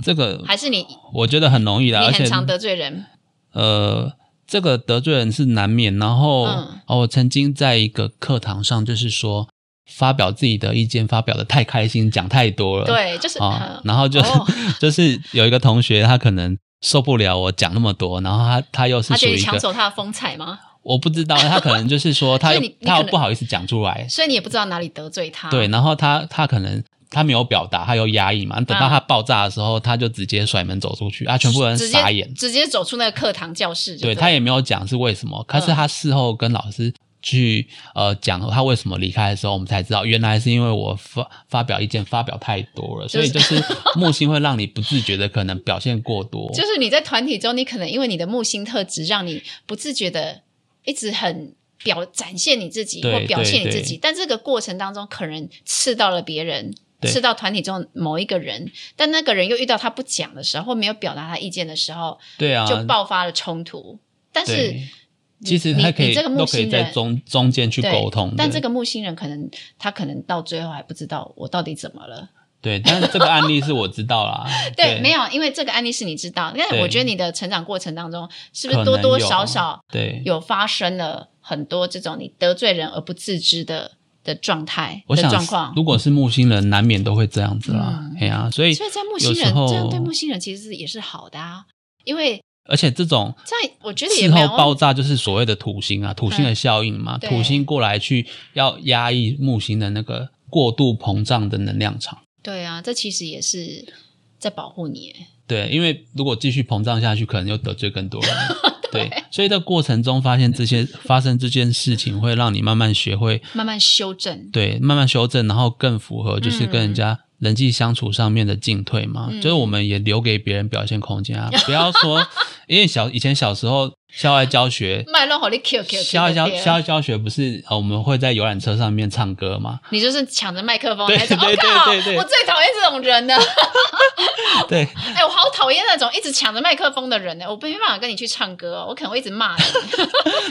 Speaker 2: 这个，
Speaker 1: 还是你
Speaker 2: 我觉得很容易啦，
Speaker 1: 你
Speaker 2: 啊而且
Speaker 1: 很常得罪人，
Speaker 2: 呃，这个得罪人是难免。然后、
Speaker 1: 嗯
Speaker 2: 哦，我曾经在一个课堂上，就是说发表自己的意见，发表的太开心，讲太多了，
Speaker 1: 对，就是、
Speaker 2: 啊、
Speaker 1: 嗯
Speaker 2: 然后就、
Speaker 1: 哦
Speaker 2: 就是有一个同学，他可能受不了我讲那么多，然后他他又是
Speaker 1: 他
Speaker 2: 属
Speaker 1: 觉得
Speaker 2: 于
Speaker 1: 你
Speaker 2: 一
Speaker 1: 抢
Speaker 2: 个
Speaker 1: 走他的风采吗？
Speaker 2: 我不知道，他可能就是说他
Speaker 1: 所以
Speaker 2: 又
Speaker 1: 你你
Speaker 2: 他
Speaker 1: 可
Speaker 2: 又
Speaker 1: 能
Speaker 2: 不好意思讲出来，
Speaker 1: 所以你也不知道哪里得罪他，
Speaker 2: 对，，然后他他可能他没有表达，他又压抑嘛，等到
Speaker 1: 嗯
Speaker 2: 他爆炸的时候，他就直接甩门走出去啊，全部人
Speaker 1: 直接
Speaker 2: 傻眼。
Speaker 1: 直接走出那个课堂教室就
Speaker 2: 对
Speaker 1: 对，
Speaker 2: 他也没有讲是为什么，可是
Speaker 1: 嗯
Speaker 2: 他事后跟老师去呃讲他为什么离开的时候，我们才知道原来是因为我发发表意见发表太 多了，
Speaker 1: 就
Speaker 2: 所
Speaker 1: 是
Speaker 2: 以就是木星会让你不自觉的可能表现过 多。
Speaker 1: 就是你在团体中，你可能因为你的木星特质，让你不自觉的一直很表展现你自己
Speaker 2: 对
Speaker 1: 或表现你
Speaker 2: 对
Speaker 1: 自
Speaker 2: 对
Speaker 1: 己，但这个过程当中可能刺到了别人。
Speaker 2: 对
Speaker 1: 刺到团体中某一个人，但那个人又遇到他不讲的时候，或没有表达他意见的时候，
Speaker 2: 对啊，
Speaker 1: 就爆发了冲突。但是
Speaker 2: 对，其实他
Speaker 1: 你
Speaker 2: 可
Speaker 1: 你
Speaker 2: 以
Speaker 1: 这个木
Speaker 2: 都可以
Speaker 1: 星
Speaker 2: 在
Speaker 1: 人
Speaker 2: 中中间去
Speaker 1: 对
Speaker 2: 沟通的，
Speaker 1: 但这个木星人可能他可能到最后还不知道我到底怎么了。，
Speaker 2: 对，但是这个案例是我知道啦
Speaker 1: 对，没有，因为这个案例是你知道，但
Speaker 2: 对
Speaker 1: 我觉得你的成长过程当中，是不
Speaker 2: 可
Speaker 1: 是
Speaker 2: 能
Speaker 1: 多多
Speaker 2: 有
Speaker 1: 少少
Speaker 2: 对
Speaker 1: 有发生了很多这种你得罪人而不自知的的状态
Speaker 2: 我
Speaker 1: 的
Speaker 2: 想
Speaker 1: 状况。
Speaker 2: 如果是木星人，难免都会这样子啦
Speaker 1: 嗯。
Speaker 2: 哎呀、所以
Speaker 1: 所以在木星
Speaker 2: 有时
Speaker 1: 人
Speaker 2: 候，
Speaker 1: 这样对木星人其实是也是好的啊，因为
Speaker 2: 而且这种
Speaker 1: 在我觉得也
Speaker 2: 事
Speaker 1: 没
Speaker 2: 后
Speaker 1: 有啊
Speaker 2: 爆炸就是所谓的土星啊，土星的效应嘛，
Speaker 1: 对
Speaker 2: 土星过来去要压抑木星的那个过度膨胀的能量场。
Speaker 1: 对啊，这其实也是在保护你耶。
Speaker 2: 对，因为如果继续膨胀下去，可能又得罪更多 人。对，所以在过程中发现这些发生这件事情，会让你慢慢学会
Speaker 1: 慢慢修正，
Speaker 2: 对，慢慢修正，然后更符合就是跟人家人际相处上面的进退嘛。
Speaker 1: 嗯
Speaker 2: 就是我们也留给别人表现空间啊，不要说因为小以前小时候校外 教学，
Speaker 1: 卖弄好你 Q Q
Speaker 2: 校外教
Speaker 1: 啊
Speaker 2: 校外教学不是呃我们会在游览车上面唱 歌嘛？
Speaker 1: 你就是抢着麦克风，
Speaker 2: 对
Speaker 1: 还是
Speaker 2: 对
Speaker 1: 我靠，
Speaker 2: 对对对
Speaker 1: 我最讨厌这种人了。
Speaker 2: 对，
Speaker 1: 哎，我好讨厌那种一直抢着麦克风的人呢，我没办法跟你去唱歌哦，我可能会一直骂 你。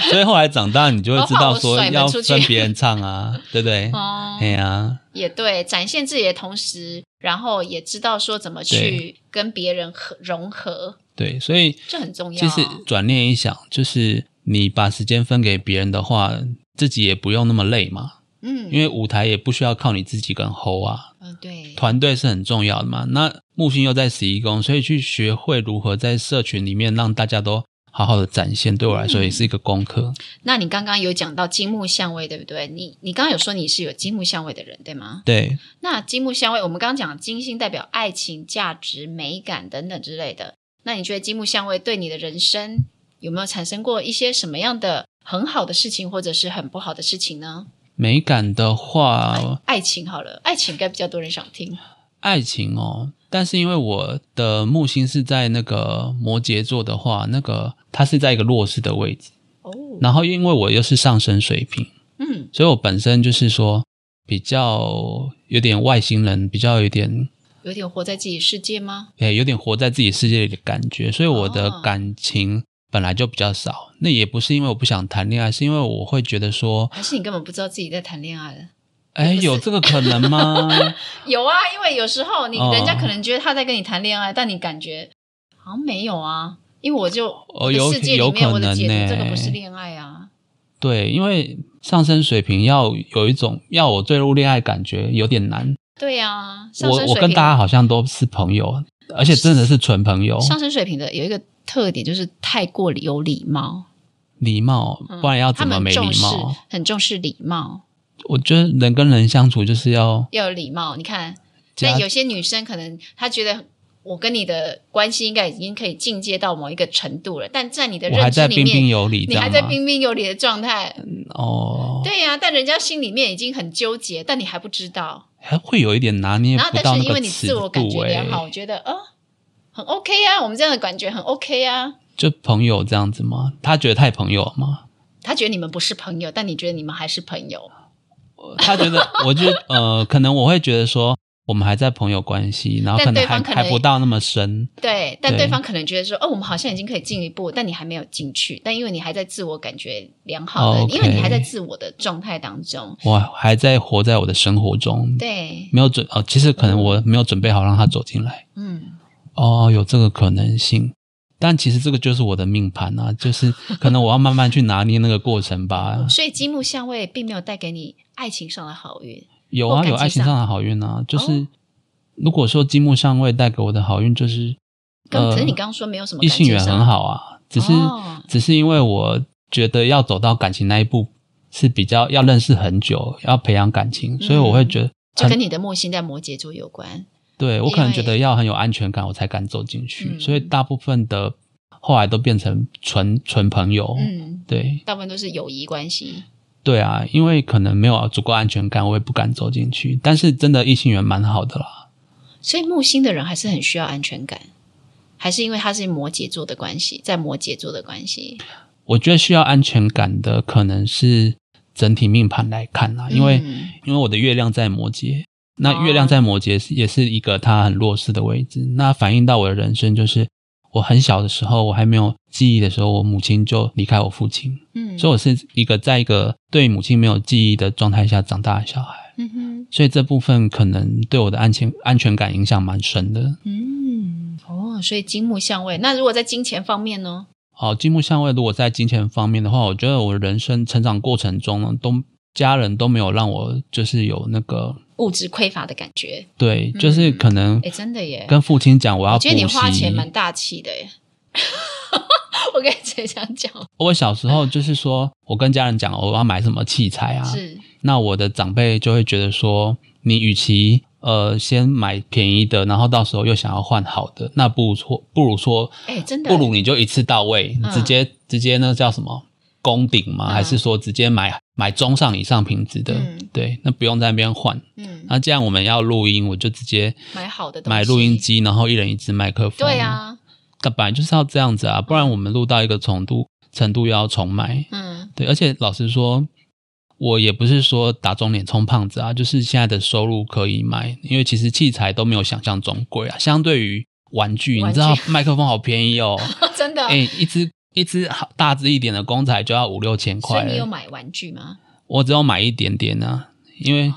Speaker 2: 所以后来长大你就会知道
Speaker 1: 我
Speaker 2: 说
Speaker 1: 怕我甩门
Speaker 2: 要
Speaker 1: 出去
Speaker 2: 分别人唱啊，对不对？
Speaker 1: 哦，
Speaker 2: 哎呀，
Speaker 1: 也对，展现自己的同时，然后也知道说怎么去
Speaker 2: 对
Speaker 1: 跟别人和融合，
Speaker 2: 对，所以
Speaker 1: 这很重要。
Speaker 2: 其实转念一想，就是你把时间分给别人的话，自己也不用那么累嘛，
Speaker 1: 嗯
Speaker 2: 因为舞台也不需要靠你自己跟 hold 啊。
Speaker 1: 嗯，对，
Speaker 2: 团队是很重要的嘛。那木星又在十一宫，所以去学会如何在社群里面让大家都好好的展现，对我来说也是一个功课。
Speaker 1: 那你刚刚有讲到金木相位，对不对？你你刚刚有说你是有金木相位的人，对吗？
Speaker 2: 对
Speaker 1: 那金木相位，我们刚刚讲金星代表爱情、价值、美感等等之类的。那你觉得金木相位对你的人生有没有产生过一些什么样的很好的事情，或者是很不好的事情呢？
Speaker 2: 美感的话，
Speaker 1: 爱情好了，爱情该比较多人想听。
Speaker 2: 爱情哦，但是因为我的木星是在那个摩羯座的话，那个它是在一个弱势的位置，
Speaker 1: 哦，
Speaker 2: 然后因为我又是上升水平，
Speaker 1: 嗯，
Speaker 2: 所以我本身就是说比较有点外星人，比较有点
Speaker 1: 有点活在自己世界吗？
Speaker 2: 诶、有点活在自己世界里的感觉，所以我的
Speaker 1: 哦
Speaker 2: 感情本来就比较少。那也不是因为我不想谈恋爱，是因为我会觉得说，
Speaker 1: 还是你根本不知道自己在谈恋爱了？
Speaker 2: 哎，有这个可能吗？
Speaker 1: 有啊，因为有时候你、
Speaker 2: 哦
Speaker 1: 人家可能觉得他在跟你谈恋爱，但你感觉好像没有啊。因为我就我的
Speaker 2: 哦有
Speaker 1: 世界里
Speaker 2: 有
Speaker 1: 面，
Speaker 2: 可
Speaker 1: 我的解
Speaker 2: 能
Speaker 1: 读
Speaker 2: 呢
Speaker 1: 这个不是恋爱啊。
Speaker 2: 对，因为上升水平要有一种要我坠入恋爱感觉有点难。
Speaker 1: 对啊，上
Speaker 2: 我
Speaker 1: 升
Speaker 2: 我
Speaker 1: 水
Speaker 2: 跟
Speaker 1: 平，
Speaker 2: 大家好像都是朋友，而且真的是纯朋友，
Speaker 1: 上升水平的有一个特点就是太过有礼貌，
Speaker 2: 礼貌，
Speaker 1: 嗯
Speaker 2: 不然要怎么没
Speaker 1: 他们
Speaker 2: 礼
Speaker 1: 重视
Speaker 2: 貌？
Speaker 1: 很重视礼貌，
Speaker 2: 我觉得人跟人相处就是要
Speaker 1: 要有礼貌。你看，
Speaker 2: 加
Speaker 1: 那有些女生可能她觉得我跟你的关系应该已经可以进阶到某一个程度了，但在你的
Speaker 2: 我还
Speaker 1: 认知
Speaker 2: 在
Speaker 1: 里
Speaker 2: 彬
Speaker 1: 面，
Speaker 2: 彬有礼，
Speaker 1: 你还
Speaker 2: 这
Speaker 1: 在
Speaker 2: 样吗
Speaker 1: 彬彬有礼的状态。
Speaker 2: 哦，
Speaker 1: 对呀、但人家心里面已经很纠结，但你还不知道。
Speaker 2: 还会有一点拿捏
Speaker 1: 然后，
Speaker 2: 不到
Speaker 1: 但是
Speaker 2: 那
Speaker 1: 因为
Speaker 2: 个
Speaker 1: 你
Speaker 2: 尺
Speaker 1: 自我
Speaker 2: 度
Speaker 1: 感觉
Speaker 2: 哎、
Speaker 1: 良好，我觉得呃很 OK 啊，我们这样的感觉很 OK 啊。
Speaker 2: 就朋友这样子吗？他觉得太朋友了吗？
Speaker 1: 他觉得你们不是朋友，但你觉得你们还是朋友。
Speaker 2: 呃他觉得，我就呃，可能我会觉得说，我们还在朋友关系，然后
Speaker 1: 但
Speaker 2: 可能
Speaker 1: 对
Speaker 2: 还
Speaker 1: 方可能
Speaker 2: 还不到那么深，
Speaker 1: 对，但
Speaker 2: 对
Speaker 1: 对方可能觉得说，哦，我们好像已经可以进一步，但你还没有进去。但因为你还在自我感觉良好的，
Speaker 2: 哦 OK
Speaker 1: 因为你还在自我的状态当中。
Speaker 2: 我还在活在我的生活中，
Speaker 1: 对，
Speaker 2: 没有准呃，其实可能我没有准备好让他走进来，
Speaker 1: 嗯，。
Speaker 2: 哦，有这个可能性。但其实这个就是我的命盘啊，就是可能我要慢慢去拿捏那个过程吧
Speaker 1: 所以金木相位并没有带给你爱情上的好运。
Speaker 2: 有啊，
Speaker 1: 或感
Speaker 2: 有爱
Speaker 1: 情
Speaker 2: 情
Speaker 1: 上
Speaker 2: 上的好运啊，就是、
Speaker 1: 哦
Speaker 2: 如果说金木相位带给我的好运，就是
Speaker 1: 跟、
Speaker 2: 呃
Speaker 1: 可是你刚刚说没有什么
Speaker 2: 异
Speaker 1: 感
Speaker 2: 性
Speaker 1: 情
Speaker 2: 缘
Speaker 1: 上
Speaker 2: 很，好啊，只是、
Speaker 1: 哦
Speaker 2: 只是因为我觉得要走到感情那一步是比较要认识很久，要培养感情，
Speaker 1: 嗯
Speaker 2: 所以我会觉得
Speaker 1: 这
Speaker 2: 很、
Speaker 1: 跟你的木星在摩羯座有关。
Speaker 2: 对我可
Speaker 1: 因
Speaker 2: 能
Speaker 1: 为
Speaker 2: 觉得要很有安全感，我才敢走进去，
Speaker 1: 嗯
Speaker 2: 所以大部分的后来都变成纯纯朋友，
Speaker 1: 嗯，
Speaker 2: 对
Speaker 1: 大部分都是友谊关系。
Speaker 2: 对啊，因为可能没有足够安全感，我也不敢走进去。但是真的异性缘蛮好的啦，
Speaker 1: 所以木星的人还是很需要安全感，还是因为他是摩羯座的关系，在摩羯座的关系。
Speaker 2: 我觉得需要安全感的可能是整体命盘来看啦，因为、
Speaker 1: 嗯
Speaker 2: 因为我的月亮在摩羯，
Speaker 1: 哦
Speaker 2: 那月亮在摩羯是也是一个它很弱势的位置。那反映到我的人生，就是我很小的时候，我还没有记忆的时候，我母亲就离开我父亲，
Speaker 1: 嗯，
Speaker 2: 所以我是一个在一个对母亲没有记忆的状态下长大的小孩。
Speaker 1: 嗯哼，
Speaker 2: 所以这部分可能对我的安全安全感影响蛮深的。
Speaker 1: 嗯，哦，所以金木相位。那如果在金钱方面呢？
Speaker 2: 好，金木相位，如果在金钱方面的话，我觉得我人生成长过程中呢，都家人都没有让我就是有那个
Speaker 1: 物质匮乏的感觉，
Speaker 2: 对，
Speaker 1: 嗯
Speaker 2: 就是可能
Speaker 1: 哎，真的耶。
Speaker 2: 跟父亲讲我要
Speaker 1: 我
Speaker 2: 补
Speaker 1: 觉
Speaker 2: 习
Speaker 1: 得。你花钱蛮大气的耶。 我跟谁想讲？
Speaker 2: 我小时候就 是说，我跟家人讲我要买什么器材啊，
Speaker 1: 是
Speaker 2: 那我的长辈就会觉得说，你与其呃先买便宜的，然后到时候又想要换好的，那不如说不如说
Speaker 1: 哎，真的
Speaker 2: 不如你就一次到位，
Speaker 1: 嗯
Speaker 2: 直接直接那叫什么攻顶吗？
Speaker 1: 嗯
Speaker 2: 还是说直接买买中上以上品质的？
Speaker 1: 嗯
Speaker 2: 对，那不用在那边换。
Speaker 1: 嗯，
Speaker 2: 那这样我们要录音，我就直接
Speaker 1: 买好的东西，
Speaker 2: 啊买录音。机，然后一人一支麦克风。
Speaker 1: 对，啊，
Speaker 2: 那本来就是要这样子啊，不然我们录到一个程度，程度又要重买。
Speaker 1: 嗯
Speaker 2: 对，而且老实说，我也不是说打肿脸充胖子啊，就是现在的收入可以买，因为其实器材都没有想象中贵啊。相对于玩具，
Speaker 1: 玩
Speaker 2: 你
Speaker 1: 具
Speaker 2: 知道麦克风好便宜 哦，
Speaker 1: 真的。
Speaker 2: 哎、一支一支好大只一点的公仔就要五六千
Speaker 1: 所
Speaker 2: 块
Speaker 1: 以你有
Speaker 2: 了。
Speaker 1: 买玩具吗？
Speaker 2: 我只有买一点点啊，因为
Speaker 1: 哦，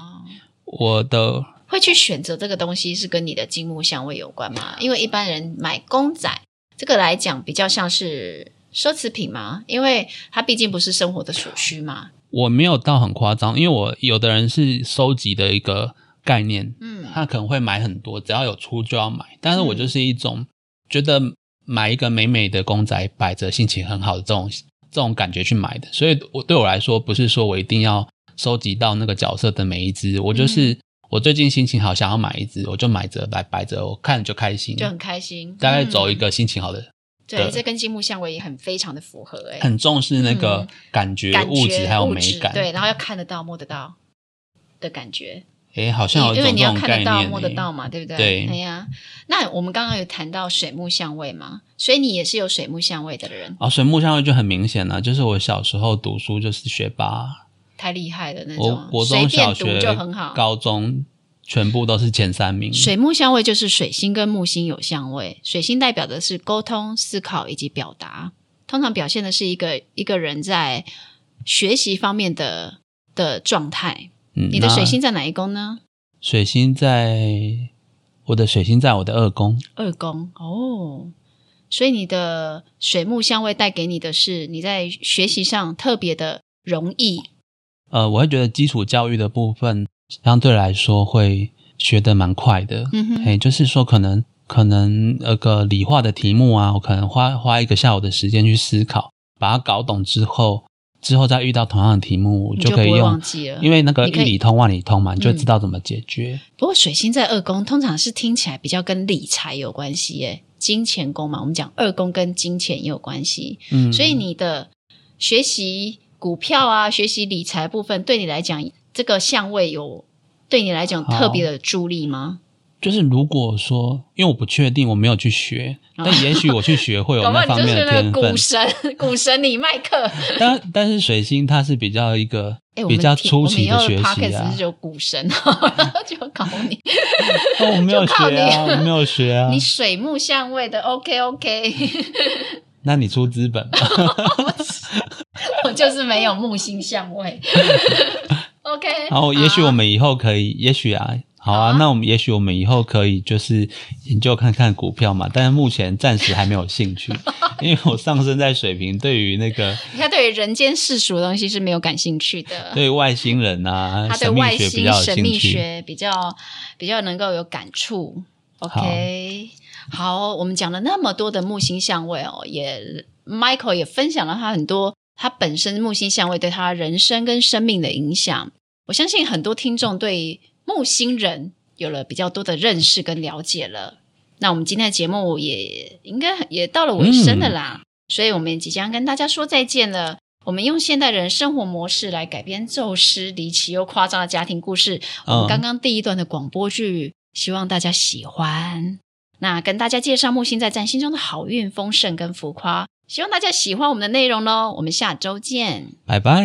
Speaker 2: 我的
Speaker 1: 会去选择这个东西是跟你的金木相位有关吗？因为一般人买公仔这个来讲，比较像是奢侈品嘛，因为它毕竟不是生活的所需嘛。
Speaker 2: 我没有到很夸张，因为我有的人是收集的一个概念，
Speaker 1: 嗯
Speaker 2: 他可能会买很多，只要有出就要买。但是我
Speaker 1: 嗯
Speaker 2: 就是一种觉得买一个美美的公仔摆着，心情很好的这种这种感觉去买的。所以我对我来说，不是说我一定要收集到那个角色的每一只，我
Speaker 1: 嗯
Speaker 2: 就是、我最近心情好，想要买一只，我就买着来摆着，我看着就开心，
Speaker 1: 就很开心。
Speaker 2: 大概走一
Speaker 1: 嗯
Speaker 2: 个心情好的
Speaker 1: 对，这跟金木相尾也很非常的符合哎、
Speaker 2: 很重视那个
Speaker 1: 嗯
Speaker 2: 感觉、
Speaker 1: 感觉
Speaker 2: 物质还有
Speaker 1: 物
Speaker 2: 美
Speaker 1: 质
Speaker 2: 感。
Speaker 1: 对，然后要看得到、摸得到的感觉，
Speaker 2: 诶，好像有一
Speaker 1: 因为
Speaker 2: 种
Speaker 1: 你
Speaker 2: 这
Speaker 1: 要
Speaker 2: 种
Speaker 1: 看
Speaker 2: 概
Speaker 1: 得
Speaker 2: 念
Speaker 1: 到、
Speaker 2: 欸。
Speaker 1: 摸得到嘛，对不对？
Speaker 2: 对
Speaker 1: 哎呀，那我们刚刚有谈到水木相位嘛，所以你也是有水木相位的人，
Speaker 2: 啊，水木相位就很明显了、就是我小时候读书就是学霸，
Speaker 1: 太厉害了那
Speaker 2: 我
Speaker 1: 种，啊
Speaker 2: 国
Speaker 1: 随
Speaker 2: 中
Speaker 1: 便
Speaker 2: 小
Speaker 1: 读
Speaker 2: 学
Speaker 1: 就很好。
Speaker 2: 高中全部都是前三名。
Speaker 1: 水木相位就是水星跟木星有相位，水星代表的是沟通、思考以及表达，通常表现的是一个一个人在学习方面的的状态。
Speaker 2: 嗯
Speaker 1: 你的
Speaker 2: 那
Speaker 1: 水星在哪一宫呢？
Speaker 2: 水星在我的水星在我的二宫，
Speaker 1: 二宫哦，所以你的水木相位带给你的是你在学习上特别的容易，
Speaker 2: 呃，我会觉得基础教育的部分相对来说会学得蛮快的。
Speaker 1: 嗯哼
Speaker 2: 诶，就是说可能可能那个理化的题目啊，我可能花花一个下午的时间去思考，把它搞懂之后，之后再遇到同样的题目，我
Speaker 1: 你就不
Speaker 2: 可以
Speaker 1: 会
Speaker 2: 用
Speaker 1: 忘记了。
Speaker 2: 因为那个
Speaker 1: 你可以
Speaker 2: 一里通万里通嘛，你就
Speaker 1: 嗯
Speaker 2: 知道怎么解决。
Speaker 1: 不过水星在二宫，通常是听起来比较跟理财有关系耶，金钱宫嘛，我们讲二宫跟金钱也有关系，
Speaker 2: 嗯，
Speaker 1: 所以你的学习股票啊、学习理财部分，对你来讲，这个相位有对你来讲
Speaker 2: 好
Speaker 1: 特别的助力吗？
Speaker 2: 就是如果说，因为我不确定，我没有去学，但也许我去学会有
Speaker 1: 哦搞不
Speaker 2: 那
Speaker 1: 好你
Speaker 2: 方
Speaker 1: 就
Speaker 2: 面
Speaker 1: 是
Speaker 2: 的
Speaker 1: 那
Speaker 2: 天
Speaker 1: 个
Speaker 2: 分
Speaker 1: 股。神， 股神李麦克。
Speaker 2: 但但是水星它是比较一个
Speaker 1: 哎、我
Speaker 2: 比
Speaker 1: 们
Speaker 2: 较
Speaker 1: 听
Speaker 2: 初期的
Speaker 1: 我们
Speaker 2: 学
Speaker 1: 以后
Speaker 2: 习
Speaker 1: podcast
Speaker 2: 啊
Speaker 1: 是，有股神， 然后就搞你。
Speaker 2: 哦我没有
Speaker 1: 就靠
Speaker 2: 学啊，
Speaker 1: 你
Speaker 2: 我没有学啊
Speaker 1: 你。水木相位的，OK OK，
Speaker 2: 那你出 资本吧，
Speaker 1: 我就是没有木星相 位。OK，
Speaker 2: 然后也许我们以后可以，也许啊，好
Speaker 1: 好啊
Speaker 2: 啊，那我们也许我们以后可以就是研究看看股票嘛，但是目前暂时还没有兴趣， 因为我上升在水平，对于那个
Speaker 1: 好啊他对于人间世俗的东西是没有感兴趣的，
Speaker 2: 对外星人啊
Speaker 1: 他对
Speaker 2: 神秘
Speaker 1: 外
Speaker 2: 学比
Speaker 1: 星
Speaker 2: 较有
Speaker 1: 神
Speaker 2: 兴
Speaker 1: 秘
Speaker 2: 趣。
Speaker 1: 学比较比较能够有感触。OK，好我们讲了那么多的木星相位哦，也 Michael 也分享了他很多他本身木星相位对他人生跟生命的影响。我相信很多听众对木星人有了比较多的认识跟了解了。那我们今天的节目也应该也到了尾声
Speaker 2: 嗯
Speaker 1: 了啦，所以我们即将跟大家说再见了。我们用现代人生活模式来改编宙斯离奇又夸张的家庭故事。我们
Speaker 2: 嗯
Speaker 1: 刚刚第一段的广播剧，希望大家喜欢。那跟大家介绍木星在占星中的好运、丰盛跟浮夸，希望大家喜欢我们的内容喽。我们下周见。
Speaker 2: 拜拜。